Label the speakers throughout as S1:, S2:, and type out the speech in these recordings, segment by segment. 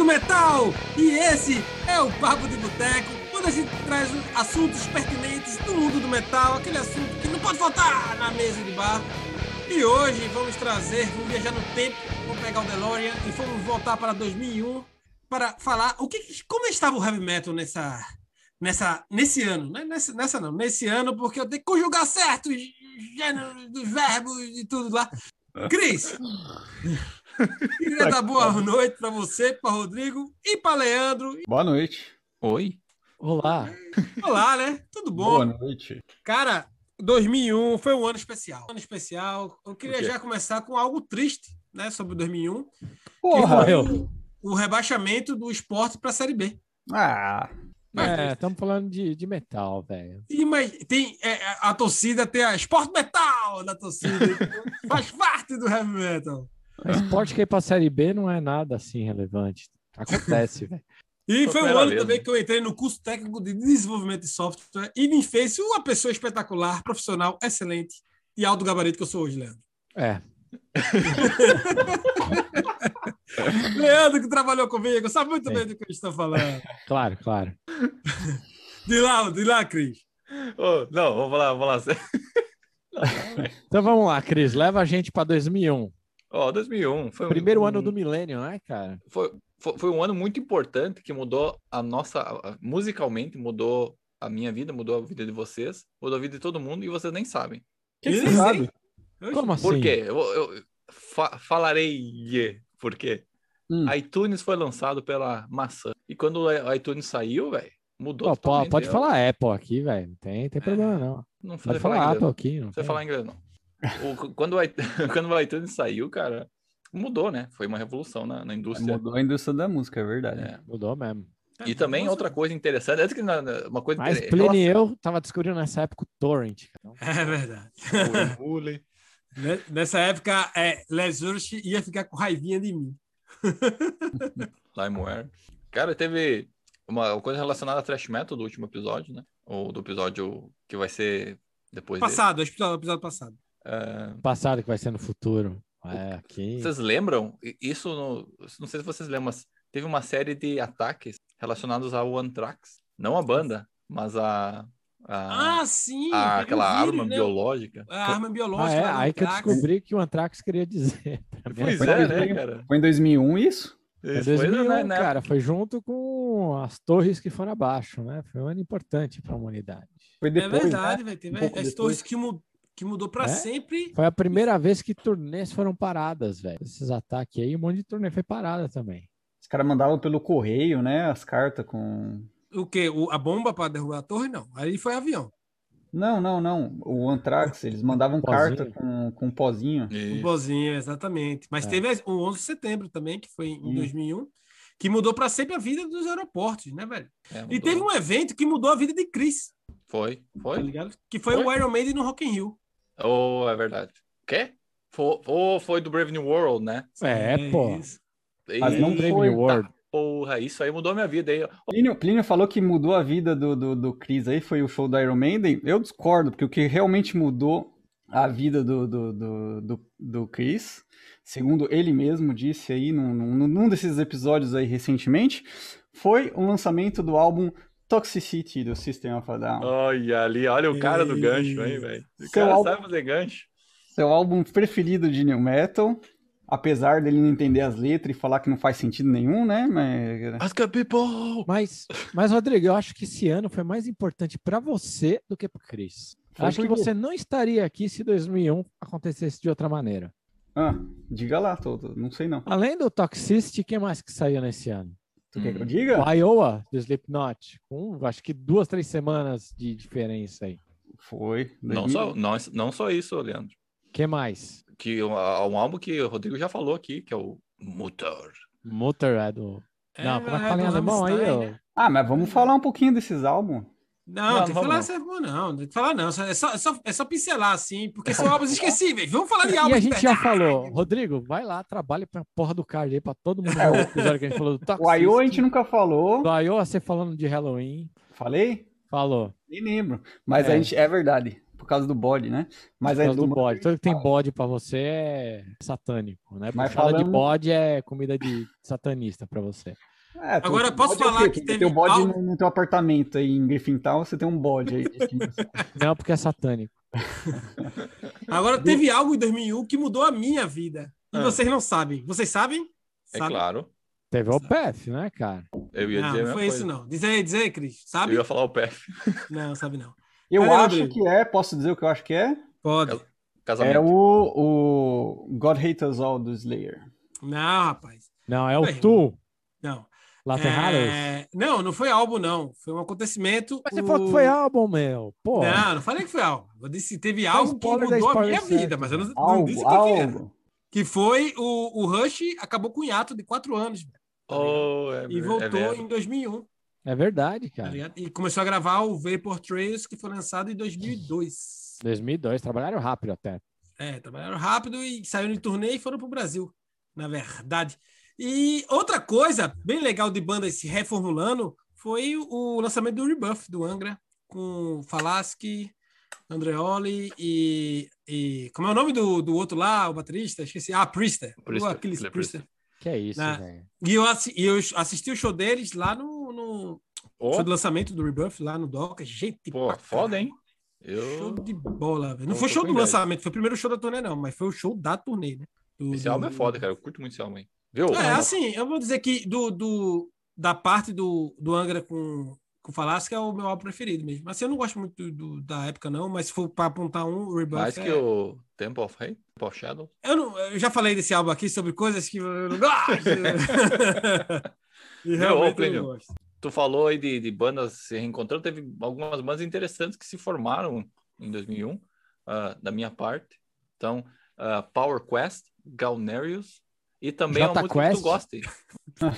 S1: um metal! E esse é o Papo de Boteco, quando a gente traz assuntos pertinentes do mundo do metal, aquele assunto que não pode faltar na mesa de bar. E hoje vamos trazer, vamos viajar no tempo, vamos pegar o DeLorean e vamos voltar para 2001 para falar o que, como estava o heavy metal nessa, nessa, nesse ano, né? nessa, nessa não, nesse ano, porque eu tenho que conjugar certos gêneros, dos verbos e tudo lá. Cris, queria dar boa noite para você, para Rodrigo e para Leandro.
S2: Boa noite.
S3: Oi. Olá.
S1: Olá, né? Tudo bom?
S2: Boa noite.
S1: Cara, 2001 foi um ano especial. Um ano especial. Eu queria já começar com algo triste, né, sobre 2001.
S2: Porra,
S1: que foi
S2: eu.
S1: o rebaixamento do esporte para a Série B.
S2: Ah,
S3: É, estamos falando de, de metal, velho.
S1: E, mas tem é, a torcida tem a Sport Metal da torcida, então faz parte do heavy metal.
S3: Mas esporte que ir pra Série B não é nada assim relevante. Acontece, velho.
S1: E
S4: Foi
S1: foi um
S4: primeira
S1: ano
S4: vez,
S1: também
S4: né?
S1: que eu entrei no curso técnico de desenvolvimento de software e me fez uma pessoa espetacular, profissional, excelente e alto gabarito que eu sou hoje, Leandro.
S3: É.
S1: Leandro, que trabalhou comigo, sabe muito
S3: Sim.
S1: bem do que eu estou falando.
S3: Claro, claro.
S1: De lá, de lá, Cris.
S4: Ô, não, vou falar, vou falar sério.
S3: Então vamos lá, Cris. Leva a gente pra 2001.
S4: Ó, 2001 foi um-
S3: Primeiro
S4: um-
S3: ano do milênio, né, cara?
S4: foi, foi, foi um ano muito importante que mudou a nossa. a- a- musicalmente, mudou a minha vida, mudou a vida de vocês, mudou a vida de todo mundo e vocês nem sabem.
S2: que
S1: Ele
S2: que você sabe?
S1: Eu-
S3: Como assim?
S4: Por quê? Eu, eu fa- falarei por quê.
S2: Hum.
S4: iTunes foi lançado pela maçã. E quando o iTunes saiu, velho, mudou.
S3: Pô, pô,
S4: totalmente. é.
S3: pode
S4: Eu-
S3: falar Apple aqui, velho. Não tem, tem problema, não.
S4: Não precisa
S3: Pode falar Apple
S4: inglês,
S3: aqui. Não
S4: não precisa
S3: tem.
S4: falar inglês, não. O- quando, o iTunes, quando o iTunes saiu, cara, mudou, né? Foi uma revolução na, na indústria.
S2: Mudou a indústria da música, é
S3: né?
S2: verdade.
S4: É.
S3: Mudou mesmo.
S1: Tá
S4: E também outra coisa interessante, antes que na- na- uma coisa
S3: Mas
S4: interessante,
S3: Plinio tava descobrindo nessa época o Torrent. cara. Então,
S1: É verdade.
S4: relação- o Emule.
S1: Ne- Nessa época, é, Les Ursh ia ficar com raivinha de mim.
S4: LimeWare. Cara, teve uma coisa relacionada a Trash Metal do último episódio, né? Ou do episódio que vai ser depois desse.
S1: Passado, episódio, episódio passado.
S4: Ah,
S3: Passado que vai ser no futuro. É, aqui.
S4: vocês lembram? I- Isso, no- não sei se vocês lembram, mas teve uma série de ataques relacionados ao Anthrax. Não a banda, mas a... a...
S1: Ah, sim!
S4: a-
S1: teve um
S4: aquela
S1: vírus,
S4: arma
S1: né?
S4: biológica.
S1: A arma
S3: Ah,
S1: biológica.
S3: é,
S1: lá no
S3: aí que eu
S1: Drax.
S3: descobri que o Anthrax queria dizer. Pra mim,
S4: Pois
S3: foi
S4: é,
S3: dois
S4: né,
S3: mil-
S4: cara?
S2: Foi em 2001 isso?
S3: Foi
S4: Isso foi,
S3: 2001,
S4: né, né?
S3: cara, foi junto com as torres que foram abaixo, né? Foi um ano importante para a humanidade.
S2: Foi
S1: É
S2: depois.
S1: verdade,
S3: né?
S1: velho. Teve
S2: Um pouco
S1: as
S2: depois.
S1: é torres que, mu- que mudou pra
S3: É?
S1: sempre.
S3: Foi a primeira vez que turnês foram paradas, velho. Esses ataques aí, um monte de turnê foi parada também.
S2: Os caras mandavam pelo correio, né? As cartas com.
S1: O quê? O- a bomba pra derrubar a torre? Não. Aí foi avião.
S2: Não, não, não. O Anthrax, eles mandavam
S3: Pozinho.
S2: carta com, com pozinho.
S1: O
S4: Isso.
S1: bozinho, exatamente. Mas
S3: É.
S1: teve as- o 11 de setembro também, que foi em
S2: Hum.
S1: 2001, que mudou pra sempre a vida dos aeroportos, né, velho?
S4: É,
S1: E
S4: mudou.
S1: teve um evento que mudou a vida de Chris,
S4: Foi,
S1: tá
S4: foi.
S1: ligado? Que foi
S4: Foi?
S1: o Iron Maiden no Rock in Rio.
S4: Oh, é verdade. Quê? Foi, oh, foi do Brave New World, né?
S3: É, pô.
S1: isso.
S2: Mas
S4: Eita
S2: não
S3: Brave
S2: foi, tá.
S3: New World.
S4: Porra, isso aí mudou minha vida aí.
S2: Plínio, Plínio falou que mudou a vida do, do, do Chris aí, foi o show do Iron Maiden. Eu discordo, porque o que realmente mudou a vida do, do, do, do, do Chris, segundo ele mesmo disse aí num, num, num desses episódios aí recentemente, foi o lançamento do álbum Toxicity do System of a Down.
S4: Olha ali, olha o cara do gancho aí,
S1: Isso.
S4: velho. O
S2: Seu
S4: cara
S2: álbum-
S4: sabe fazer gancho.
S2: Seu álbum preferido de New Metal. Apesar dele não entender as letras e falar que não faz sentido nenhum, né? Mas...
S4: Ask a people!
S3: Mas, mas Rodrigo, eu acho que esse ano foi mais importante para você do que para Chris. Eu
S2: Foi
S3: acho que
S2: por quê?
S3: você não estaria aqui se 2001 acontecesse de outra maneira.
S2: Ah, diga lá, todo. Não sei não.
S3: Além do Toxicity, quem mais que saiu nesse ano?
S2: Tu quer que eu
S4: Hum.
S2: diga?
S3: O Iowa do Slipknot, com acho que duas, três semanas de diferença aí.
S2: Foi.
S4: Não só, não, não só isso, Leandro.
S3: que mais?
S4: Que um, um álbum que o Rodrigo já falou aqui, que é o Mutor.
S3: Motor é do. não, como é que
S1: do
S3: fala em alemão aí?
S1: Rammstein,
S3: ô?
S1: né?
S2: Ah, mas vamos falar um pouquinho desses álbuns.
S1: Não,
S4: Não,
S1: tem que
S4: vamos
S1: falar
S4: não.
S1: essa não. não. Tem que falar não. Só- É só, é só, é só pincelar, assim, porque são álbuns esquecíveis. Vamos falar de álbuns
S3: E a gente já
S1: verdade.
S3: falou, Rodrigo, vai lá, trabalha pra porra do card aí pra todo mundo. ver O episódio que a gente falou do Toxic.
S2: É, O Ayo a gente nunca falou.
S3: Do Iowa, você falando de Halloween,
S2: Falei?
S3: falou.
S2: Nem lembro. Mas a
S3: É.
S2: gente. É verdade. Por causa do bode, né? Mas
S3: Por
S2: é
S3: causa
S2: do.
S3: do bode. Tudo que tem bode pra você é satânico, né?
S2: Mas
S3: Puxada de
S2: falando-
S3: bode é comida de satanista pra você.
S2: É, tu-
S1: Agora,
S2: tu
S1: posso
S2: bode é o
S1: falar
S2: quê?
S1: que
S2: Tem
S1: teve
S2: Teu bode
S1: alto-
S2: no, no teu apartamento aí em Griffintown, você tem um bode aí. de cinza.
S3: Não, porque é satânico.
S1: Agora, teve algo em 2001 que mudou a minha vida. E
S4: Ah.
S1: vocês não sabem. Vocês sabem?
S4: É
S1: Sabe?
S4: claro.
S3: Teve o PF, né, cara?
S4: Eu ia
S1: Não,
S4: dizer a
S1: não
S4: mesma
S1: foi
S4: coisa.
S1: isso não. Diz aí, diz aí, Cris.
S4: Eu
S1: Sabe?
S4: ia falar o PF.
S1: Não, sabe não.
S2: Eu
S1: Cadê,
S2: acho
S1: Rodrigo?
S2: que é, posso dizer o que eu acho que é?
S1: Pode.
S4: Eu- Casamento.
S2: É o, o God Hate Us All do Slayer.
S1: Não, rapaz.
S3: Não, é o
S1: Foi.
S3: Tu,
S1: Não.
S3: Laterraros.
S1: É, Não, não foi álbum, não. Foi um acontecimento.
S3: Mas você
S1: O-
S3: falou que foi álbum, meu. Pô,
S1: Não, não falei que foi álbum. Eu disse que teve algo que
S3: spoiler da
S1: mudou a
S3: spoiler
S1: minha
S3: certo.
S1: vida, mas eu não, não disse
S2: Algo,
S1: o que que era.
S2: algo.
S1: Que foi o, o Rush acabou com um hiato de quatro anos velho, tá ligado?
S4: Oh, é,
S1: e
S4: é
S1: voltou
S4: mesmo.
S1: em 2001,
S3: é verdade,
S1: tá
S3: cara.
S1: ligado? E começou a gravar o Vapor Trails, que foi lançado em 2002.
S3: 2002, trabalharam rápido até.
S1: É, trabalharam rápido e saíram de turnê e foram pro Brasil, na verdade. E outra coisa bem legal de bandas se reformulando foi o lançamento do Rebuff do Angra, com Falaschi, Andreoli e, e. Como é o nome do, do outro lá, o baterista? Esqueci. Ah, Priester. O
S4: Priester,
S1: Aquiles
S4: Clay
S1: Priester.
S3: Que é isso,
S1: Na-
S3: velho.
S1: E eu, assi- e eu assisti o show deles lá no, no
S4: Oh,
S1: show do lançamento do Rebuff, lá no Doca. Gente,
S4: pô,
S1: pra
S4: foda,
S1: caralho.
S4: hein? Eu...
S1: Show de bola, velho. Não
S4: Eu
S1: foi
S4: tô
S1: show
S4: com
S1: do
S4: inveja.
S1: lançamento, foi o primeiro show da turnê, não, mas foi o show da turnê, né? Do-
S4: Esse
S1: do-
S4: álbum é né? foda, cara. Eu curto muito esse álbum, hein? Viu?
S1: É, assim, eu vou dizer que do, do- da parte do, do Angra com, com Falasca é o meu álbum preferido mesmo. Assim, eu não gosto muito do- do- da época, não, mas se for pra apontar um, o Rebuff.
S4: Mais
S1: é-
S4: que o Temple of Hate, Temple of Shadow.
S1: eu, não- eu já falei desse álbum aqui sobre coisas que eu não gosto. e
S4: Meu, ô,
S1: realmente eu
S4: Plínio.
S1: não gosto.
S4: Tu falou aí de, de bandas se reencontrando. Teve algumas bandas interessantes que se formaram em 2001, ah, da minha parte. Então, ah, Power Quest, Galnerius e também é
S3: Jota
S4: uma música que
S3: Quest?
S4: tu gosta. hein?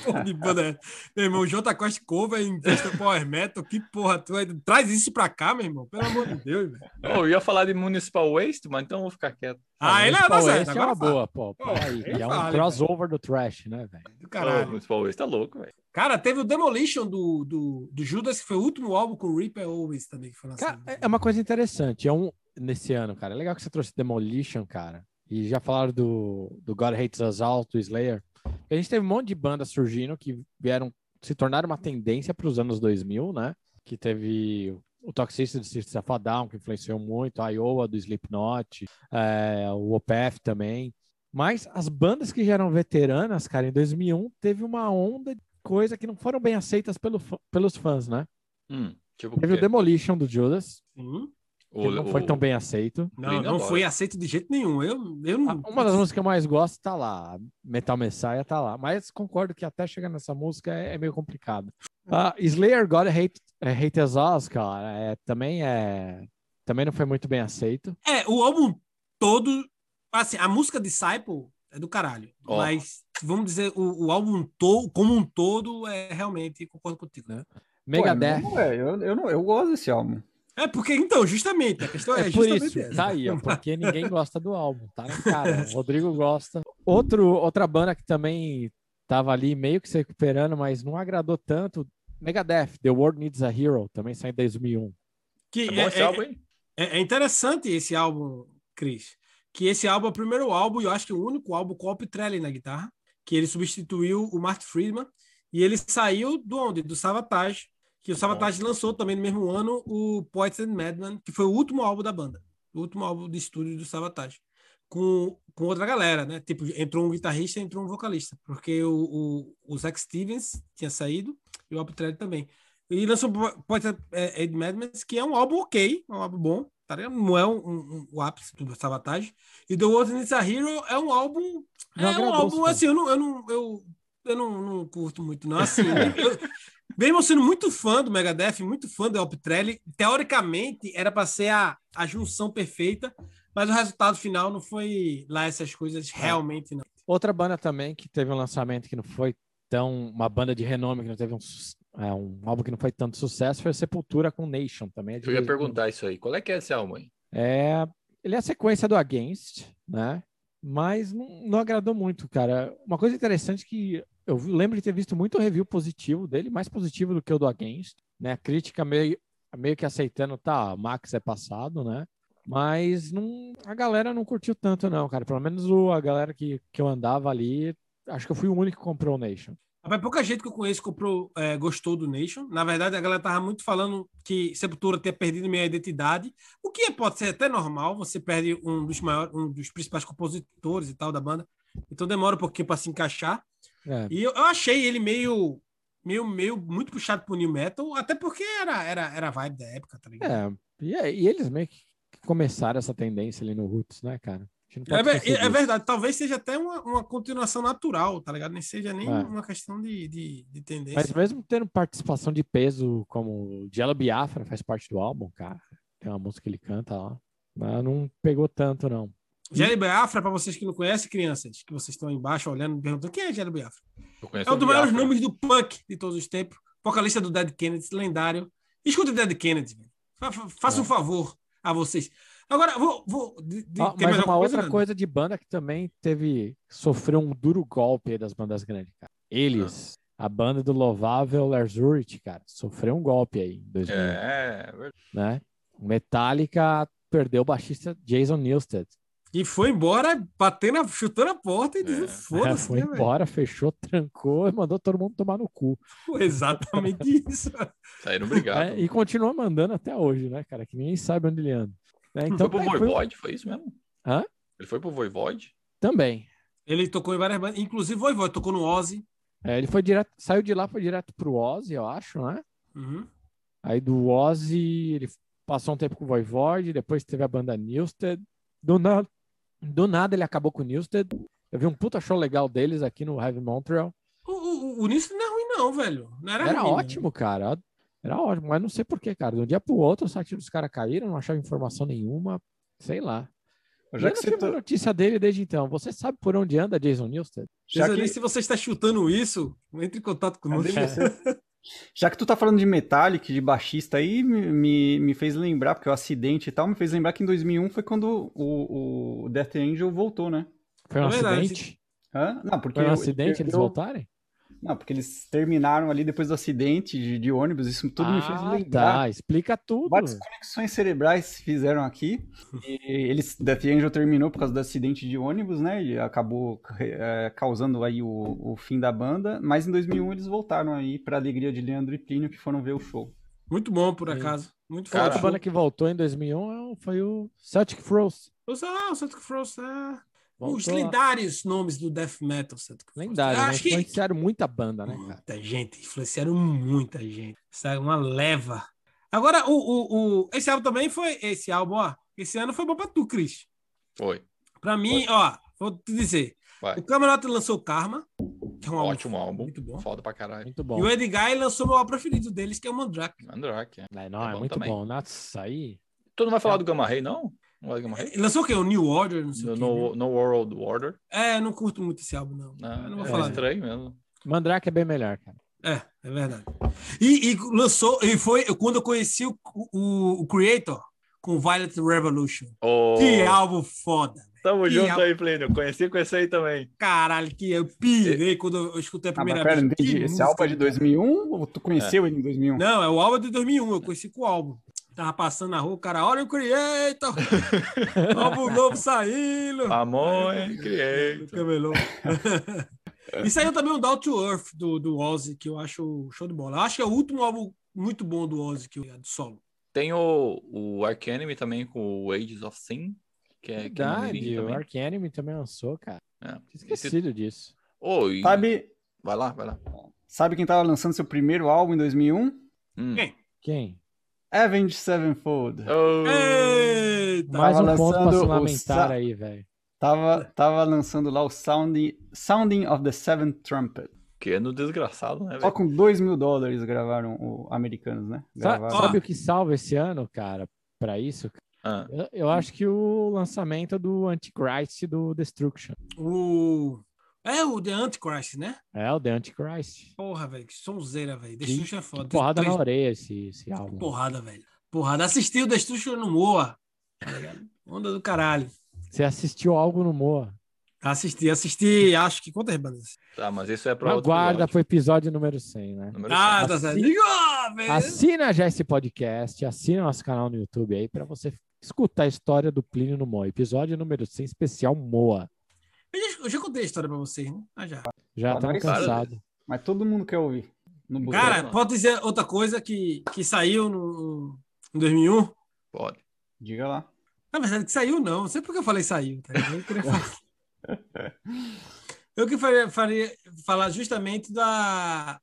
S1: Porra de banda é essa? Meu irmão, Jota Costa Cover em vez do Power Metal, que porra, tu é... traz isso pra cá, meu irmão, pelo amor de Deus, velho.
S4: Oh, eu ia falar de Municipal Waste, mas então eu vou ficar quieto.
S1: Ah, ele é
S3: Municipal
S1: nossa,
S3: Waste é
S1: agora
S3: uma
S1: boa.
S3: boa, pô.
S1: Pô,
S3: Peraí,
S1: ele
S3: é um
S1: fala,
S3: crossover do trash, né, velho?
S1: Do
S4: Oh,
S1: caralho.
S4: Municipal Waste tá louco, velho.
S1: Cara, teve o Demolition do, do, do Judas, que foi o último álbum com o Reaper Always também, que foi
S3: Cara,
S4: Assim.
S1: lançado.
S3: é uma coisa interessante. É um nesse ano, cara. É legal que você trouxe Demolition, cara. E já falaram do, do God Hates Us All, do Slayer. A gente teve um monte de bandas surgindo que vieram se tornaram uma tendência para os anos 2000, né? Que teve o Toxicity do System of a Down, que influenciou muito, a Iowa do Slipknot, é, o OPF também. Mas as bandas que já eram veteranas, cara, em 2001 teve uma onda de coisa que não foram bem aceitas pelo fã- pelos fãs, né?
S4: Hum, tipo, o
S3: Teve o
S4: quê?
S3: Demolition do Judas,
S1: Sim.
S4: O-
S3: que não foi
S4: o- É
S3: tão bem aceito.
S1: Não,
S4: Linda
S1: não
S4: bola.
S1: foi aceito de jeito nenhum. Eu, eu não.
S3: Ah, Uma das músicas que eu mais gosto tá lá, Metal Messiah tá lá, mas concordo que até chegar nessa música é, é meio complicado.
S1: Hum.
S3: Ah, Slayer God Hate, é, Hate Us Us, cara, é, também é também não foi muito bem aceito.
S1: É, o álbum todo. Assim, a música Disciple é do caralho.
S4: Ó.
S1: Mas, vamos dizer, o, o álbum to, como um todo é realmente, concordo contigo, né?
S3: Megadeth.
S2: Pô, não, é, eu, eu, não, eu gosto desse álbum.
S1: É porque, então, justamente, a questão é,
S3: É por
S1: justamente
S3: isso,
S1: essa.
S3: tá aí, ó, porque ninguém gosta do álbum, tá na cara. O Rodrigo gosta. Outro, outra banda que também tava ali meio que se recuperando, mas não agradou tanto, Megadeth, The World Needs a Hero, também saiu em 2001.
S1: Que
S4: É
S1: é-
S4: bom esse
S1: é-
S4: álbum, hein?
S1: É, é interessante esse álbum, Cris. Que esse álbum é o primeiro álbum, e eu acho que o único álbum com o Alpitrelli na guitarra, que ele substituiu o Mark Friedman. E ele saiu do onde? Do Savatage. Que o Savatage lançou também no mesmo ano o Poison Madman, que foi o último álbum da banda. O último álbum de estúdio do Savatage. Com, com outra galera, né? Tipo, entrou um guitarrista e entrou um vocalista. Porque o, o, o Zack Stevens tinha saído e o Alpitrelli também. E lançou Po- Poison é, é, Madman, que é um álbum ok, é um álbum bom, tá ligado? Não é um, um- um- o ápice do Sabotage. E The World Needs a Hero é um álbum.
S3: Não
S1: é um
S3: agradou os
S1: álbum,
S3: fãs.
S1: assim, eu não, eu não, eu, eu não, não curto muito, não. Assim, eu, mesmo eu sendo muito fã do Megadeth, muito fã do Alpitrelli, teoricamente era para ser a, a junção perfeita, mas o resultado final não foi lá essas coisas
S3: É.
S1: realmente, não.
S3: Outra banda também que teve um lançamento que não foi tão. Uma banda de renome que não teve um, sus- é, um álbum que não foi tanto sucesso foi a Sepultura com Nation também. é de
S4: Eu ia
S3: 2000.
S4: perguntar isso aí. Qual é que é esse álbum, hein?
S3: É, ele é a sequência do Against, né? Mas não, não agradou muito, cara. Uma coisa interessante que eu vi- lembro de ter visto muito review positivo dele, mais positivo do que o do Against, né? A crítica meio, meio que aceitando, tá, Max é passado, né? Mas não, a galera não curtiu tanto, não, cara. Pelo menos o- a galera que, que eu andava ali, acho que eu fui o único que comprou o Nation.
S1: Rapaz, pouca gente que eu conheço comprou, é, gostou do Nation. Na verdade, a galera tava muito falando que Sepultura tinha perdido minha identidade, o que é, pode ser até normal, você perde um dos maiores, um dos principais compositores e tal da banda. Então demora um pouquinho para se encaixar.
S3: É.
S1: E eu, eu achei ele meio meio meio muito puxado pro new metal, até porque era era era a vibe da época, tá ligado?
S3: É, e, é- e eles meio que começaram essa tendência ali no Roots, né, cara? A gente não
S1: É,
S3: pode
S1: ver-
S3: esquecer
S1: é
S3: disso.
S1: verdade, talvez seja até uma, uma continuação natural, tá ligado? Nem seja nem
S3: É.
S1: uma questão de, de, de tendência.
S3: Mas mesmo tendo participação de peso como Jello Biafra faz parte do álbum, cara. Tem uma música que ele canta lá. Mas não pegou tanto, não.
S1: Jerry Biafra, para vocês que não conhecem, crianças, que vocês estão aí embaixo olhando, perguntando quem é Jerry Biafra?
S4: Eu conheço
S1: É um dos
S4: Biafra.
S1: maiores nomes do punk de todos os tempos. Vocalista do Dead Kennedy, lendário. Escuta Dead Kennedy, velho. Fa- fa-
S3: É.
S1: Faça um favor a vocês. Agora, vou. vou de- de-
S3: Ah,
S1: tem mais
S3: mas uma
S1: alguma
S3: outra
S1: Nando?
S3: coisa de banda que também teve. sofreu um duro golpe aí das bandas grandes, cara. Eles,
S1: Ah.
S3: a banda do Lovável Lars Ulrich, cara, sofreu um golpe aí em 2000,
S4: É, é verdade.
S3: né? O Metallica perdeu o baixista Jason Newsted.
S1: E foi embora, batendo, a- chutando a porta e dizendo:
S4: É.
S3: É,
S1: foda-se,
S3: foi
S1: né, velho?
S3: embora, fechou, trancou e mandou todo mundo tomar no cu.
S1: Foi exatamente isso.
S4: Saíram brigados.
S3: né? E continua mandando até hoje, né, cara? Que ninguém sabe onde ele anda. né?
S4: Foi
S3: Então,
S4: pro
S3: é, foi-
S4: Voivode, foi isso mesmo?
S3: Hã?
S4: Ele foi pro Voivode?
S3: também.
S1: Ele tocou em várias bandas, inclusive Voivó, tocou no Ozzy.
S3: É, ele foi direto, saiu de lá, foi direto pro Ozzy, eu acho, né?
S1: Uhum.
S3: Aí do Ozzy, ele passou um tempo com o Voivode, depois teve a banda Newsted. Do nada, do nada ele acabou com o Newsted. Eu vi um puta show legal deles aqui no Heavy Montreal.
S1: O, o, o Nilson não é ruim, não, velho. Não era,
S3: Era
S1: ruim, né?
S3: ótimo, cara. Era ótimo, mas não sei porquê, cara. De um dia pro outro, o site dos caras caíram, não achava informação nenhuma, sei lá.
S2: Já
S3: eu
S2: que
S3: não
S2: você tá
S3: tive
S2: to-
S3: notícia dele desde então. Você sabe por onde anda Jason Newsted?
S1: Já
S2: já que-
S1: se você está chutando isso, entre em contato conosco.
S2: Cadê você? Já que tu tá falando de Metallic, de baixista aí, me- me, me fez lembrar, porque o acidente e tal, me fez lembrar que em 2001 foi quando o, o Death Angel voltou, né?
S3: Foi um
S1: É verdade.
S3: acidente?
S2: Hã? Não, porque
S3: Foi um
S2: eu-
S3: acidente eles
S2: eu-
S3: voltarem?
S2: Não, porque eles terminaram ali depois do acidente de, de ônibus, isso tudo me fez
S3: Ah,
S2: lembrar.
S3: tá. Explica tudo.
S2: Várias conexões cerebrais se fizeram aqui. E eles, Death Angel terminou por causa do acidente de ônibus, né? E acabou eh, causando aí o, o fim da banda. Mas em 2001 eles voltaram aí pra alegria de Leandro e Plínio, que foram ver o show.
S1: Muito bom, por
S3: Sim.
S1: acaso. Muito
S4: Cara,
S1: forte.
S3: A banda que voltou em 2001 É foi o Celtic Frost.
S1: Ah, o Celtic Frost. Ah. Os
S3: Voltou lá.
S1: lendários nomes do death metal, Celtic Frost.
S3: Lendário,
S1: Eu
S3: né?
S1: Acho que
S3: Influenciaram muita banda, né, cara?
S1: muita gente, influenciaram muita gente. Sabe, uma leva. Agora, o, o, o- esse álbum também foi. Esse álbum, ó. Esse ano foi bom pra tu, Cris.
S4: Foi.
S1: Pra mim, ó, vou te dizer.
S4: Vai.
S1: O Camelot lançou Karma, que é um álbum
S4: Ótimo álbum.
S1: Muito bom.
S4: Foda pra caralho.
S3: Muito bom.
S1: E o Edguy lançou meu álbum preferido deles, que é o Mandrake.
S4: Mandrake, é.
S3: É, não,
S4: É
S3: é,
S4: bom
S3: muito
S4: também.
S3: bom. Nossa, aí.
S4: Tu não vai
S1: É.
S4: falar do Gamma Ray, não? Não vai do Gamma Ray?
S1: Ele lançou o quê? O New Order? Não sei
S4: No,
S1: o quê, né?
S4: no, no World Order?
S1: É, eu não curto muito esse álbum, não. Eu não vou
S4: é
S1: falar. dele.
S4: estranho mesmo.
S3: Mandrake é bem melhor, cara.
S1: É, é verdade. E, e lançou, e foi quando eu conheci o, o, o Creator com Violet Revolution.
S4: Ô,
S1: Que álbum foda.
S4: Tamo
S1: que
S4: junto
S1: al-
S4: aí, Plínio. Conheci com esse aí também.
S1: Caralho, que eu pirei quando eu escutei a
S2: Ah, mas
S1: primeira
S2: pera,
S1: vez.
S2: não entendi.
S1: Que
S2: Esse
S1: música,
S2: álbum é de
S1: cara.
S2: 2001 ou tu conheceu ele em 2001?
S1: Não, é o álbum de 2001, eu conheci com o álbum. Tava passando na rua, o cara, olha o Creator! álbum novo saindo!
S4: Amor, é,
S1: Do
S4: creator.
S1: camelô. e saiu também o Down to Earth do, do Ozzy, que eu acho show de bola. Eu acho que é o último álbum muito bom do Ozzy, que eu, do solo.
S4: Tem o, o Arcanime também com o Ages of Sin, que é, que é
S3: Verdade,
S4: maneirinho
S3: o
S4: também.
S3: Ark Enemy também lançou, cara.
S4: É.
S3: Tinha Esquecido disso.
S4: Ô, e-
S2: Sabe,
S4: Vai lá, vai lá.
S2: sabe quem tava lançando seu primeiro álbum em 2001?
S4: Hum.
S1: Quem?
S3: Quem?
S2: Avenged Sevenfold.
S4: Ô,
S1: Eita!
S3: Mais um
S2: Tava
S3: ponto pra se
S2: lançando o
S3: lamentar
S2: Sa-
S3: aí, velho.
S2: Tava, tava lançando lá o Sounding, Sounding of the Seventh Trumpet.
S4: Que ano desgraçado, né,
S2: Só
S4: velho?
S2: com 2 mil dólares gravaram o americanos, né?
S3: Sa-
S2: Gravaram.
S1: Ó.
S3: Sabe o que salva esse ano, cara, pra isso?
S4: Ah,
S3: Eu, eu acho que o lançamento do Antichrist e do Destruction.
S1: O... É o The Antichrist, né?
S3: É, o The Antichrist.
S1: Porra, velho, que sonzeira, velho.
S3: Que-
S1: Destruction é foda.
S3: Porrada
S1: Três-
S3: na orelha esse, esse álbum.
S1: Porrada, velho. Porrada. Assisti o Destruction no Moa. tá ligado? Onda do caralho.
S3: Você assistiu algo no Moa.
S1: Assisti, assisti, acho que quantas bandas?
S4: tá, mas isso é pra outro
S3: Aguarda
S4: episódio.
S3: pro episódio número 100, né?
S4: Número
S1: Ah,
S4: cem.
S1: tá certo.
S3: Assi-
S1: Ah,
S4: É.
S1: velho.
S3: Assina já esse podcast, assina nosso canal no YouTube aí pra você escutar a história do Plínio no Moa. Episódio número 100, especial Moa.
S1: Eu já, eu já contei a história pra vocês, né? Ah, já.
S3: Já
S2: Ah,
S3: tá
S2: nós-
S3: cansado.
S2: Mas todo mundo quer ouvir. No boteco.
S1: Cara, posso dizer outra coisa que, que saiu no, em 2001?
S4: Pode.
S2: Diga lá.
S1: Na verdade, que saiu não. Não sei porque eu falei saiu. Tá? ligado? Eu queria falar. Eu que faria, faria- falar justamente da,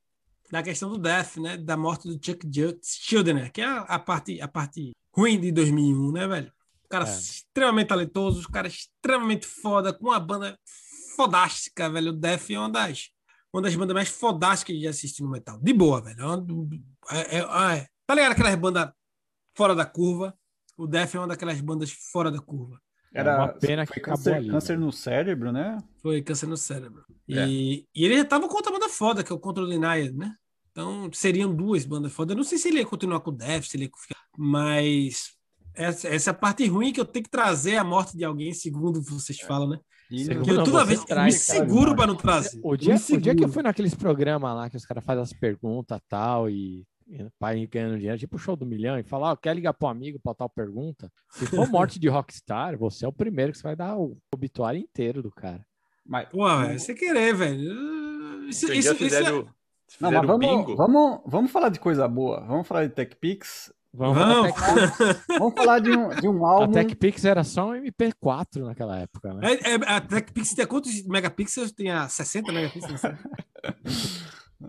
S1: da questão do Death, né? Da morte do Chuck Ju- Schuldiner, que é a, a parte, a parte ruim de 2001, né, velho? O cara
S3: É.
S1: extremamente talentoso, o cara é extremamente foda, com uma banda fodástica, velho. O Death é uma das, uma das bandas mais fodásticas que já assisti no metal. De boa, velho. É uma- é- é- é. Tá ligado aquelas bandas fora da curva? O Death é uma daquelas bandas fora da curva.
S2: Era
S3: é uma pena
S2: foi
S3: que acabou
S2: câncer,
S3: ali,
S2: câncer no cérebro, né?
S1: Foi câncer no cérebro.
S4: É.
S1: E, e ele já tava com outra banda foda, que é o Control Denied, né? Então seriam duas bandas foda. Eu não sei se ele ia continuar com o Death, se ele ia ficar. Mas essa, essa é a parte ruim que eu tenho que trazer a morte de alguém, segundo vocês falam, né?
S2: E
S3: Segundo
S1: Porque eu
S3: Não,
S1: toda
S3: você
S1: vez eu me
S3: traz, cara,
S1: seguro para não trazer.
S3: O dia,
S1: Me
S3: o dia que eu
S1: seguro.
S3: fui naqueles programas lá que os caras fazem as perguntas e tal, e e o pai ganhando dinheiro, tipo o show do milhão, e falar, ó, quer ligar pro amigo pra tal pergunta? Se for morte de rockstar, você é o primeiro que você vai dar o obituário inteiro do cara.
S2: Mas,
S1: Pô, velho, você querer, velho. Isso,
S4: Vocês
S1: isso,
S4: já
S1: isso é-
S4: fizeram,
S2: não,
S4: fizeram
S2: mas vamos,
S4: bingo?
S2: vamos, vamos falar de coisa boa. Vamos falar de TechPix.
S3: Vamos,
S1: Vamos.
S2: Vamos falar de um, de um
S3: A
S2: álbum.
S3: TechPix era só um MP4 naquela época, né?
S1: É, é, a TechPix tem quantos megapixels? Tem a 60 megapixels?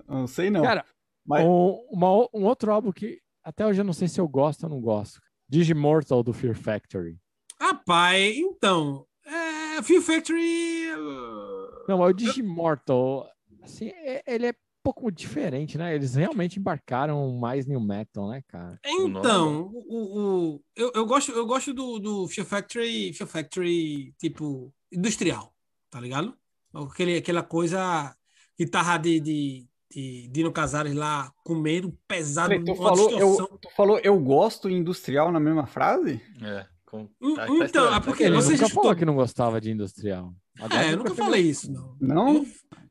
S2: Não sei não.
S3: Cara,
S2: mas
S3: Um, uma o- um outro álbum que até hoje eu não sei se eu gosto ou não gosto. Digimortal do Fear Factory.
S1: Rapaz, então. É, Fear Factory. uh,
S3: Não, mas o Digimortal, assim, é- ele é um pouco diferente, né? Eles realmente embarcaram mais New Metal, né, cara?
S4: nome
S1: Então, o, o- o- eu, eu gosto, eu gosto do, do Fear Factory, Fear Factory, tipo, industrial, tá ligado? Aquele, aquela coisa, guitarra de, de, de Dino Casares lá, comendo, pesado,
S2: peraí, tu,
S1: uma
S2: falou,
S1: distorção.
S2: eu, tu falou eu gosto industrial na mesma frase?
S4: É, com-
S1: Hum,
S4: tá- tá
S1: então,
S4: estourando,
S1: é
S4: tá
S1: porque
S3: Ele
S4: estourando.
S1: você
S3: nunca
S1: escutou-
S3: falou que não gostava de industrial.
S1: É,
S3: Aliás,
S1: eu nunca
S3: prefiro-
S1: falei isso, não.
S2: Não?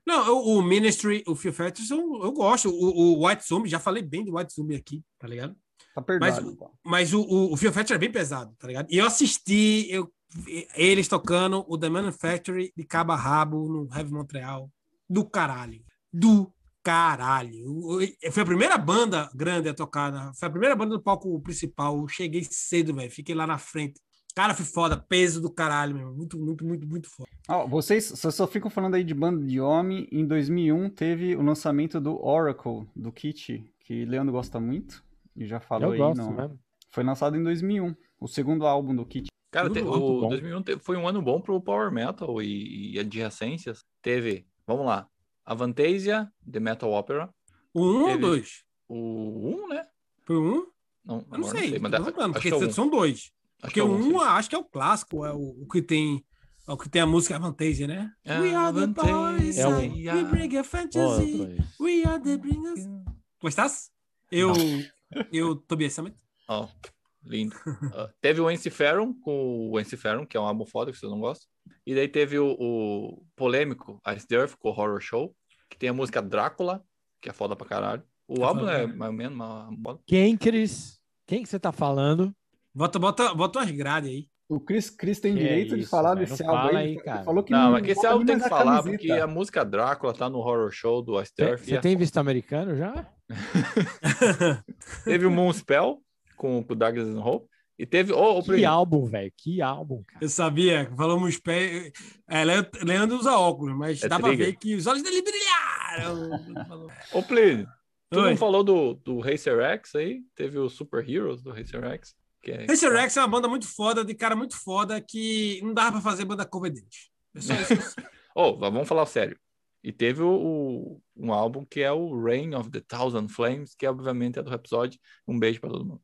S1: Não, eu- o Ministry, o Fear Factory, eu, eu gosto. O, o White Zombie, já falei bem do White Zombie aqui, tá ligado?
S2: Tá perdoado.
S1: Mas-
S2: então.
S1: Mas o, o, o Fear Factory é bem pesado, tá ligado? E eu assisti eu, eles tocando o The Manufactory de cabo a rabo no Heavy Montreal. Do caralho. Do caralho. Eu- eu- Foi a primeira banda grande a tocar. na- Foi a primeira banda do palco principal. Eu cheguei cedo, velho. Fiquei lá na frente. Cara, foi foda. Peso do caralho, meu. irmão. Muito, muito, muito, muito foda.
S2: Ó, vocês só, só ficam falando aí de banda de homem. Em 2001 teve o lançamento do Oracle, do Kit, que Leandro gosta muito. E já falou
S3: Eu
S2: aí.
S3: gosto
S2: no-
S3: mesmo.
S2: Foi lançado em 2001, o segundo álbum do Kit.
S4: Cara,
S1: Tudo
S4: te-
S1: muito
S4: o
S3: bom.
S4: 2001 te- foi um ano bom pro Power Metal e, e adjacências. Teve, vamos lá, Avantasia, The Metal Opera,
S1: O um ou
S4: Teve-
S1: dois?
S4: o 1, né?
S1: Foi um?
S4: Não,
S1: Eu não
S4: agora
S1: sei,
S4: mas
S1: tô
S4: dá-
S1: perguntando,
S4: acho
S1: porque
S4: que é o um,
S1: são dois.
S4: acho
S1: Porque
S4: que é
S1: o
S4: o um, sim.
S1: um, acho que é o clássico, é o, o que tem é o que tem a música Avantage, né?
S4: Ah,
S1: We are the boys, uh,
S4: Avantasia.
S3: É
S1: we bring a
S3: Outro
S1: fantasy,
S3: aí.
S1: we are the bringers. Gostas? Eu, eu, Tobias Summit.
S4: Ó, lindo. Ah, teve o Ence Ferrum, com o Ence Ferrum, que é um álbum foda que vocês não gostam. E daí teve o, o polêmico Ice the Earth com o Horror Show, que tem a música Drácula, que é foda pra caralho. O
S1: É
S4: álbum
S1: foda,
S4: é
S1: né?
S4: mais ou menos uma bola.
S3: Quem, Cris? Quem que você tá falando?
S1: Bota, bota, bota umas grades aí.
S2: O Chris, Chris tem
S3: Que
S2: direito de
S3: isso,
S2: falar
S3: velho,
S2: desse
S3: não
S2: álbum
S3: fala
S2: aí.
S3: aí,
S2: ele
S3: cara.
S2: falou que
S4: Não, mas que esse
S2: bota
S4: álbum
S2: nem
S4: tem que
S2: mais a
S4: falar,
S2: camiseta.
S4: porque é a música Drácula tá no Horror Show do Ice the Earth. e
S3: Você
S4: é
S3: tem visto americano já?
S4: Teve o Moonspell com, com o Douglas and Hope. E teve. Oh, o
S3: Que álbum, velho. Que álbum, cara.
S1: Eu sabia, falamos pé. É, Le- Leandro usa óculos, mas
S4: É
S1: dá pra
S4: trigger.
S1: ver que os olhos dele brilharam.
S4: Ô, Plínio, tu
S1: Oi.
S4: não falou do, do Racer X aí? Teve o Super Heroes do Racer X. Que é,
S1: Racer Rex é uma banda muito foda, de cara muito foda, que não dava pra fazer banda cover deles. É só isso.
S4: Oh, vamos falar sério. E teve o, o- um álbum que é o Reign of the Thousand Flames, que obviamente é do Rhapsody. Um beijo pra todo mundo.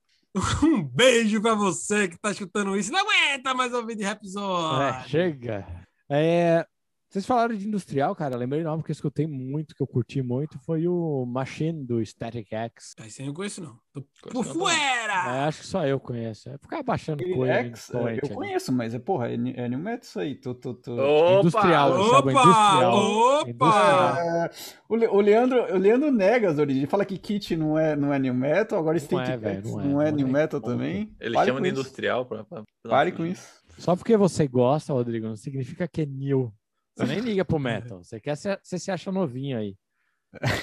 S1: Um beijo pra você que tá escutando isso. Não aguenta mais ouvir de
S3: É,
S1: Rapzone.
S3: chega. É, vocês falaram de industrial, cara. Eu Lembrei de um álbum que eu escutei muito, que eu curti muito, foi o Machine do Static X.
S1: É, Esse eu não conheço, não. Tô por
S4: Gostando
S1: fuera!
S3: É, acho que só eu conheço. É ficar baixando coisa.
S2: Ele-
S3: aí,
S2: X,
S3: torrent
S2: eu
S3: ali.
S2: conheço, mas é porra, é, ni- é New Metal isso aí. Tô, tô, tô.
S4: também.
S3: Industrial,
S4: Opa!
S3: esse álbum é
S1: Opa!
S3: industrial.
S1: Opa!
S3: Industrial.
S2: É, o, Le- o Leandro, o Leandro nega as origens. Ele Fala que Kit não é, não é New Metal, agora
S3: Não é,
S2: Static
S3: velho,
S2: X
S3: não é,
S2: não é
S3: não
S2: New
S3: é.
S2: Metal
S3: Ponto.
S2: também.
S4: Ele
S2: Pare
S4: chama
S2: com
S4: de
S2: isso.
S4: industrial. né? Pra, pra, pra-
S2: Pare com isso.
S3: Só porque você gosta, Rodrigo, não significa que é new. Você nem liga pro metal. Você, quer, se- você se acha novinho aí.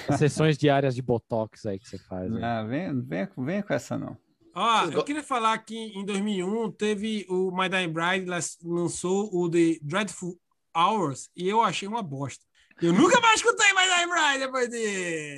S3: As sessões diárias de Botox aí que você faz. né?
S2: Ah, vem, vem, vem com essa não.
S1: Ó,
S4: Vocês
S1: eu
S4: go-
S1: queria falar que em 2001 teve o My Dying Bride las- lançou o The Dreadful Hours e eu achei uma bosta. Eu nunca mais escutei My Dying Bride depois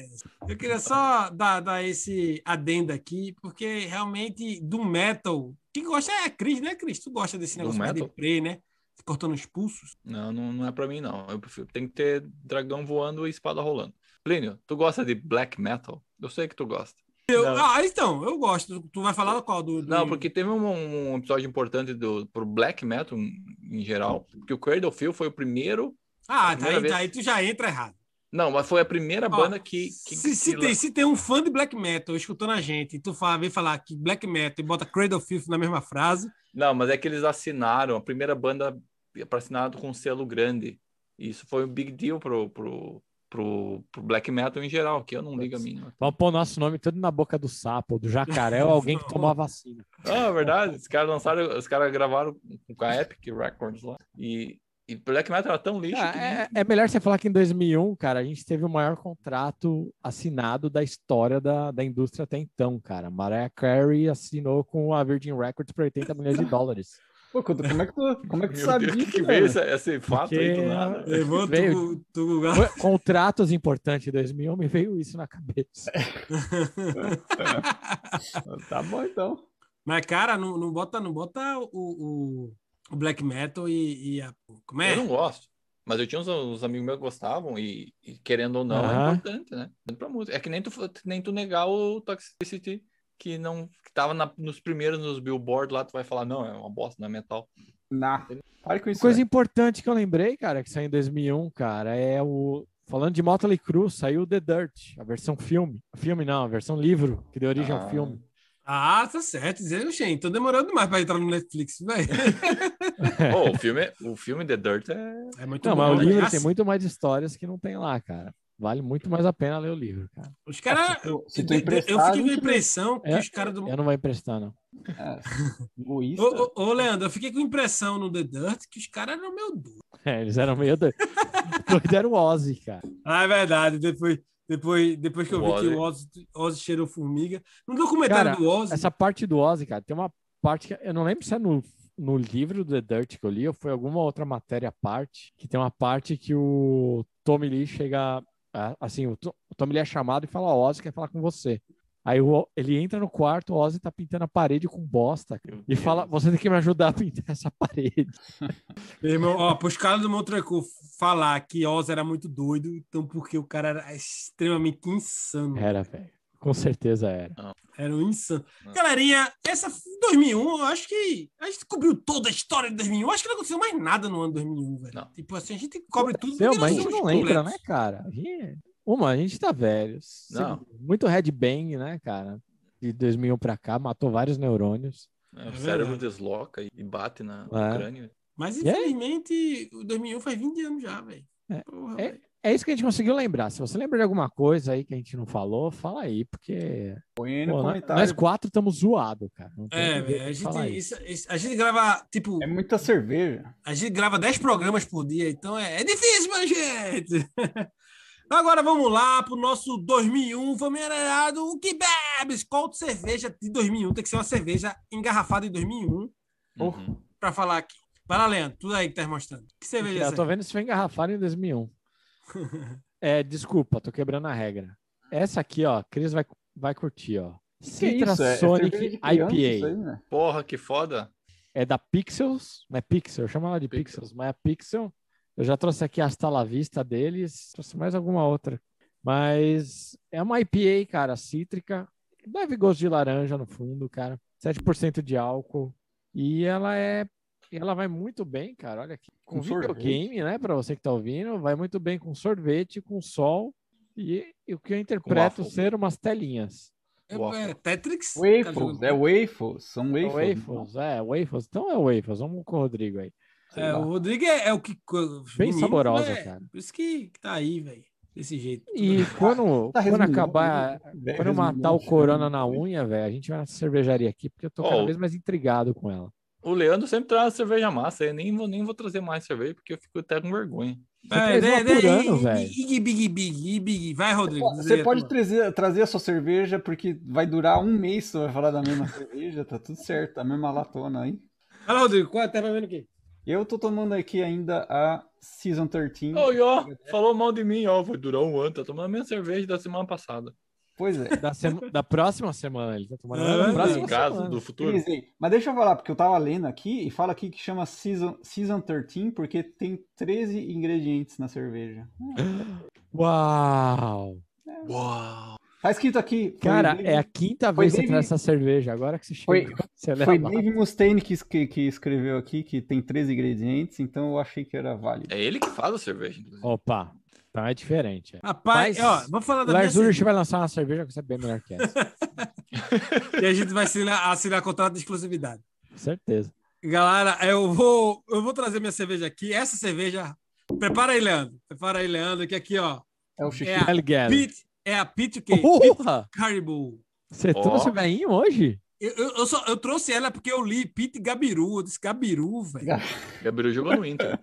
S1: disso. Eu queria só dar, dar esse adendo aqui, porque realmente do metal, quem gosta é a Cris, né, Cris? Tu gosta desse
S4: Do
S1: negócio mais de
S4: metal?
S1: prey, né? Cortando os pulsos.
S4: Não, não, não é pra mim, não. Eu prefiro. Tem que ter dragão voando e espada rolando. Plínio, tu gosta de black metal? Eu sei que tu gosta.
S1: Eu-
S4: Não.
S1: ah, então, eu gosto. Tu vai falar qual? Do, do-
S4: Não, porque teve um, um episódio importante do, pro black metal em em geral, que o Cradlefield foi o primeiro.
S1: Ah, tá
S4: primeira
S1: aí,
S4: vez.
S1: tá aí tu já entra errado.
S4: Não, mas foi a primeira
S1: Ó,
S4: banda que. que,
S1: se, se
S4: que
S1: tem, se tem um fã de black metal escutando a gente e tu fala, vem falar que black metal e bota Cradle of Filth na mesma frase,
S4: Não, mas é que eles assinaram, a primeira banda para assinar com um selo grande. E isso foi um big deal pro, pro, pro, pro black metal em geral, que eu não ligo a mim. né?
S3: Vamos pôr nosso nome todo na boca do sapo, do jacaré ou alguém que tomou a vacina.
S4: Ah, é verdade, os caras lançaram, os caras gravaram com a Epic Records lá. E, e black metal era tão lixo que
S3: Ah, é, é melhor você falar que em 2001, cara, a gente teve o maior contrato assinado da história da, da indústria até então, cara. Mariah Carey assinou com a Virgin Records por 80 milhões de dólares.
S2: Pô, Couto, como é que tu, como é que tu
S4: Meu
S2: sabe
S4: Deus,
S2: disso,
S4: que, que
S2: velho?
S4: veio esse, esse fato aí do
S3: Porque-
S4: nada?
S1: levanta
S3: Veio.
S1: o tu,
S3: Foi- Contratos importantes em 2001, me veio isso na cabeça.
S4: É,
S2: Tá bom então.
S1: Mas, cara, não, não bota, não bota o, o, o black metal e, e a. Como é?
S4: Eu não gosto. Mas eu tinha uns, uns amigos meus que gostavam e, e querendo ou não,
S3: Aham.
S4: é importante, né? Tanto Pra música. É que nem tu, fa- nem tu negar o Toxicity, que não que tava na- nos primeiros, nos Billboard lá, tu vai falar, não, é uma bosta, não é metal.
S2: Nah. Pare com isso.
S3: Coisa
S2: velho.
S3: importante que eu lembrei, cara, que saiu em 2001, cara, é o. Falando de Motley Crue, saiu The Dirt, a versão filme. Filme não, a versão livro, que deu origem ao
S4: Ah.
S3: filme.
S1: Ah, tá certo. Dizer, gente, então demorando demais pra entrar no Netflix, velho.
S4: Pô, o, filme, o filme The Dirt é...
S1: É muito
S3: Não, mas o
S1: né?
S3: livro
S1: Assim,
S3: tem muito mais histórias que não tem lá, cara. Vale muito mais a pena ler o livro, cara.
S1: Os caras.
S2: Se tu- se tu é
S1: Eu fiquei
S2: emprestar, a
S1: com a
S2: gente-
S1: impressão que
S3: É,
S1: os caras do
S4: Então
S3: Eu não vou emprestar, não.
S2: Ah, egoísta.
S1: Ô, ô, ô, Leandro, eu fiquei com a impressão no The Dirt que os caras eram meio doidos.
S3: É, eles eram meio doidos. Doido era o Ozzy, cara.
S1: Ah, é verdade. Depois, depois, depois que eu
S4: O
S1: vi que
S4: Ozzy.
S1: o Ozzy, Ozzy cheirou formiga. No documentário
S3: Cara,
S1: do Ozzy.
S3: Essa parte do Ozzy, cara, tem uma parte que eu não lembro se é no, no livro do The Dirt que eu li ou foi alguma outra matéria à parte, que tem uma parte que o Tommy Lee chega, a- assim, o, To- o Tommy Lee é chamado e fala, "Ó, Ozzy quer falar com você. Aí o- ele entra no quarto, o Ozzy tá pintando a parede com bosta cara,
S4: Meu
S3: e
S4: Deus.
S3: fala, você tem que me ajudar a pintar essa parede.
S1: Meu irmão, ó, pros caras do Montreco falar que Ozzy era muito doido, então porque o cara era extremamente insano.
S3: Era, velho. Com certeza era.
S1: Era um insano.
S4: Não.
S1: Galerinha, essa f- 2001, eu acho que a gente cobriu toda a história de 2001. Eu Acho que não aconteceu mais nada no ano 2001, velho.
S4: Não.
S1: Tipo assim, a gente cobre tudo.
S3: Seu,
S1: porque
S3: mas a
S1: nós
S3: gente
S1: somos
S3: não lembra, né,
S1: completos.
S3: cara? Ih, Uma, a gente tá velho.
S4: Não.
S3: Segundo, Muito Red Bang, né, cara? De 2001 pra cá, matou vários neurônios.
S4: é, o
S1: É
S4: cérebro
S1: verdade.
S4: desloca e bate na, no
S3: É.
S4: crânio.
S1: Mas
S3: E aí?
S1: infelizmente, o 2001 faz 20 anos já, velho.
S3: É.
S1: Porra,
S3: É.
S1: velho.
S3: É isso que a gente conseguiu lembrar. Se você lembra de alguma coisa aí que a gente não falou, fala aí, porque
S2: Põe aí no
S3: pô, né? nó-
S2: comentário.
S3: nós quatro estamos zoados, cara. Não tem
S1: É,
S3: ninguém
S1: velho, a
S3: pra falar
S1: gente,
S3: isso.
S1: isso- isso- a gente grava, tipo,
S2: É muita cerveja.
S1: A gente grava 10 programas por dia, então é, é difícil, minha gente. Agora vamos lá pro nosso 2001 familiarizado. um. O que bebes? Qual cerveja de 2001? Tem que ser uma cerveja engarrafada em 2001
S2: Oh.
S4: Uhum.
S1: para um falar aqui. Vai lá, Leandro, tudo aí que tá mostrando. Que cerveja é
S3: Eu
S1: essa?
S3: tô vendo isso foi engarrafado em 2001. é, desculpa, tô quebrando a regra. Essa aqui, ó, Cris vai, vai curtir, ó.
S2: Que
S3: Citra
S2: isso? É- é cerveja
S3: Sonic
S2: de criança isso
S3: IPA.
S2: aí, né?
S4: Porra, que foda.
S3: é da Pixels, não é Pixel, eu chamo ela de
S4: Pixel.
S3: Pixels, mas é Pixel. Eu já trouxe aqui a Stala Vista deles, trouxe mais alguma outra. Mas é uma IPA, cara, cítrica, leve gosto de laranja no fundo, cara, 7% de álcool e ela é ela vai muito bem, cara, olha aqui. Com,
S2: Com sorvete.
S3: videogame, né, para você que tá ouvindo, vai muito bem com sorvete, com sol e, e o que eu interpreto
S4: waffle.
S3: ser umas telinhas.
S1: É, é Tetrix? Tá
S2: Waffles,
S1: jogando-
S2: é waffles. São waffles. né?
S3: Waffles, é, waffles. Então é waffles, vamos com o Rodrigo aí.
S2: Sei
S1: É,
S2: lá.
S1: o Rodrigo é, é o que.
S3: Bem
S1: menino,
S3: saborosa,
S1: é,
S3: cara.
S1: Por isso que, que tá aí, velho. Desse jeito.
S3: E quando,
S2: Tá
S3: quando
S2: resumindo,
S3: acabar,
S2: né?
S3: quando eu matar
S2: Resumindo,
S3: o corona na
S2: resumindo.
S4: Oh.
S3: unha, velho, a gente vai na cervejaria aqui, porque eu tô cada
S4: Ó,
S3: vez mais intrigado com ela.
S4: o Leandro sempre traz cerveja massa. Eu nem vou, nem vou trazer mais cerveja, porque eu fico até com vergonha.
S3: três
S1: né,
S3: uma
S1: né,
S3: por
S1: e-
S3: ano,
S1: e-
S3: velho.
S1: Ig, big, big, e big. Vai, Rodrigo. diz aí
S2: Você
S1: a
S2: pode
S1: tua.
S2: trazer, trazer a sua cerveja, porque vai durar um mês você vai falar da mesma cerveja, tá tudo certo, a mesma latona aí.
S1: Vai lá, Rodrigo. Qual é? Tá vendo aqui?
S2: Eu tô tomando aqui ainda a Season 13.
S4: Ô, Ió, falou mal de mim, ó. Vai durar um ano. Tá tomando a minha cerveja da semana passada.
S2: Pois é.
S3: Da, sema- da próxima semana ele tá tomando.
S1: Ah,
S3: da
S1: meu
S3: próxima
S4: No caso,
S3: semana.
S4: do futuro.
S2: Utilizei. Mas deixa eu falar, porque eu tava lendo aqui e fala aqui que chama Season, season 13 porque tem 13 ingredientes na cerveja.
S3: Uau!
S4: Uau!
S2: Tá escrito aqui. foi
S3: Cara,
S2: Dave-
S3: é a quinta
S2: Foi
S3: vez que você
S2: Dave-
S3: traz essa cerveja. Agora que você
S2: Foi-
S3: chegou, você leva.
S2: Foi Dave Mustaine que, es- que, que escreveu aqui que tem 13 ingredientes, então eu achei que era válido.
S4: É ele que faz a cerveja, inclusive.
S3: Opa, então é diferente. é.
S1: Rapaz,
S3: Mas-
S1: ó, vou falar da minha
S3: Lars Ulrich
S1: cerveja.
S3: vai lançar uma cerveja que você é bem melhor que essa.
S1: E a gente vai assinar, assinar contrato de exclusividade.
S3: Certeza.
S1: Galera, eu vou, eu vou trazer minha cerveja aqui. Essa cerveja. Prepara aí, Leandro. Prepara aí, Leandro, que aqui, ó.
S2: É o xixi.
S1: É a
S3: Kelly Gallagher.
S1: Pit, é a Pit o quê? Pit
S3: Porra!
S1: Caribou.
S3: Você
S4: Ó.
S3: trouxe o veinho hoje?
S1: Eu, eu, eu só, eu trouxe ela porque eu li Pit Gabiru. Eu disse Gabiru, velho.
S4: Gabriel jogou no Inter.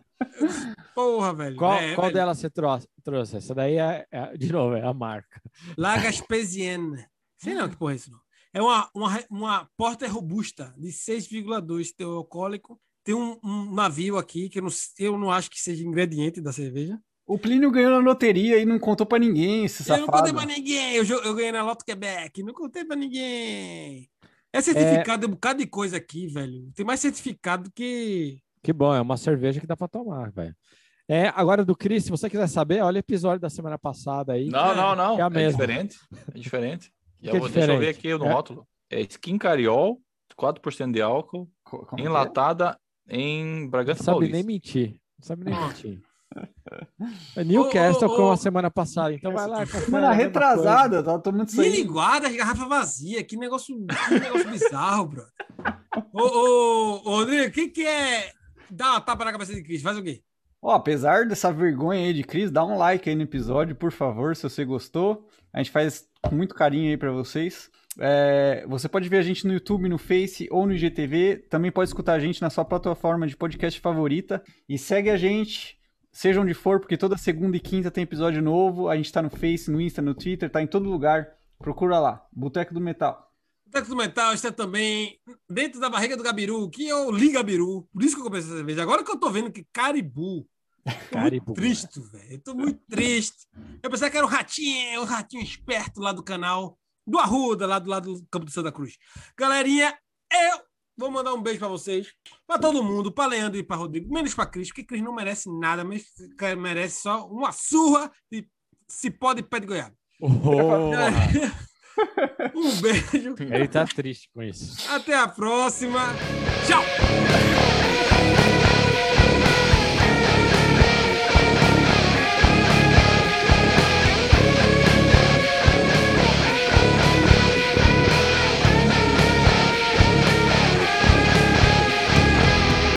S1: Porra, velho.
S3: Qual,
S1: É,
S3: qual
S1: velho.
S3: dela você trouxe? trouxe? Essa daí é, é- de novo, é a marca.
S1: La Gaspesienne. Sei não que porra é isso, não. É uma, uma, re- uma porta robusta de 6,2 teor um alcoólico. Tem um, um navio aqui que eu não, sei- eu não acho que seja ingrediente da cerveja.
S2: O Plínio ganhou na loteria e não contou pra ninguém, esse
S1: Eu não contei
S2: safado.
S1: pra ninguém. Eu, jo- eu ganhei na Loto Quebec. Não contei pra ninguém. É certificado, é um bocado de coisa aqui, velho. Tem mais certificado que.
S3: Que bom, é uma cerveja que dá pra tomar, velho. É, agora do Cris, se você quiser saber, olha o episódio da semana passada aí.
S4: Não, não,
S3: É a
S4: não. É,
S3: mesma.
S4: diferente. É diferente.
S3: que
S4: Eu
S3: é
S4: vou- Deixa eu ver
S3: diferente?
S4: aqui no
S3: É-
S4: rótulo. É skin cariol, 4% de álcool,
S2: Co- como que é?
S4: enlatada em
S3: Não
S4: Bragança
S3: sabe
S4: Paulista.
S3: nem mentir. Não sabe nem mentir. É
S1: Ô,
S3: Newcastle
S1: Ah. ô, ô.
S3: como a semana passada. Então vai lá. confere, é
S2: Semana
S3: a mesma
S2: retrasada, eu tava tomando isso aí.
S1: Deslinguada, garrafa vazia. Que negócio, que negócio bizarro, bro. Ô, ô, ô, Rodrigo, o que, que é. Dá uma tapa na cabeça de Cris, faz o quê?
S2: Ó, apesar dessa vergonha aí de Cris, dá um like aí no episódio, por favor, se você gostou. A gente faz com muito carinho aí pra vocês. É, você pode ver a gente no YouTube, no Face ou no IGTV. Também pode escutar a gente na sua plataforma de podcast favorita. E segue a gente, seja onde for, porque toda segunda e quinta tem episódio novo. A gente tá no Face, no Insta, no Twitter, tá em todo lugar. Procura lá, Boteco do Metal.
S1: O Tecto Mental Tá está também dentro da barriga do Gabiru, que eu li Gabiru. Por isso que eu comecei essa cerveja. Agora que eu tô vendo que Caribu.
S3: coisa. Caribou, né?
S1: Triste, velho. Eu tô muito triste. Eu pensava que era o ratinho, o ratinho esperto lá do canal, do Arruda, lá do lado do Campo de Santa Cruz. Galerinha, eu vou mandar um beijo pra vocês, pra todo mundo, pra Leandro e pra Rodrigo, menos pra Cris, porque Cris não merece nada, mas merece só uma surra de cipó de pé de goiaba.
S3: Porra,
S1: um beijo,
S3: ele tá triste com isso.
S1: até a próxima. Tchau!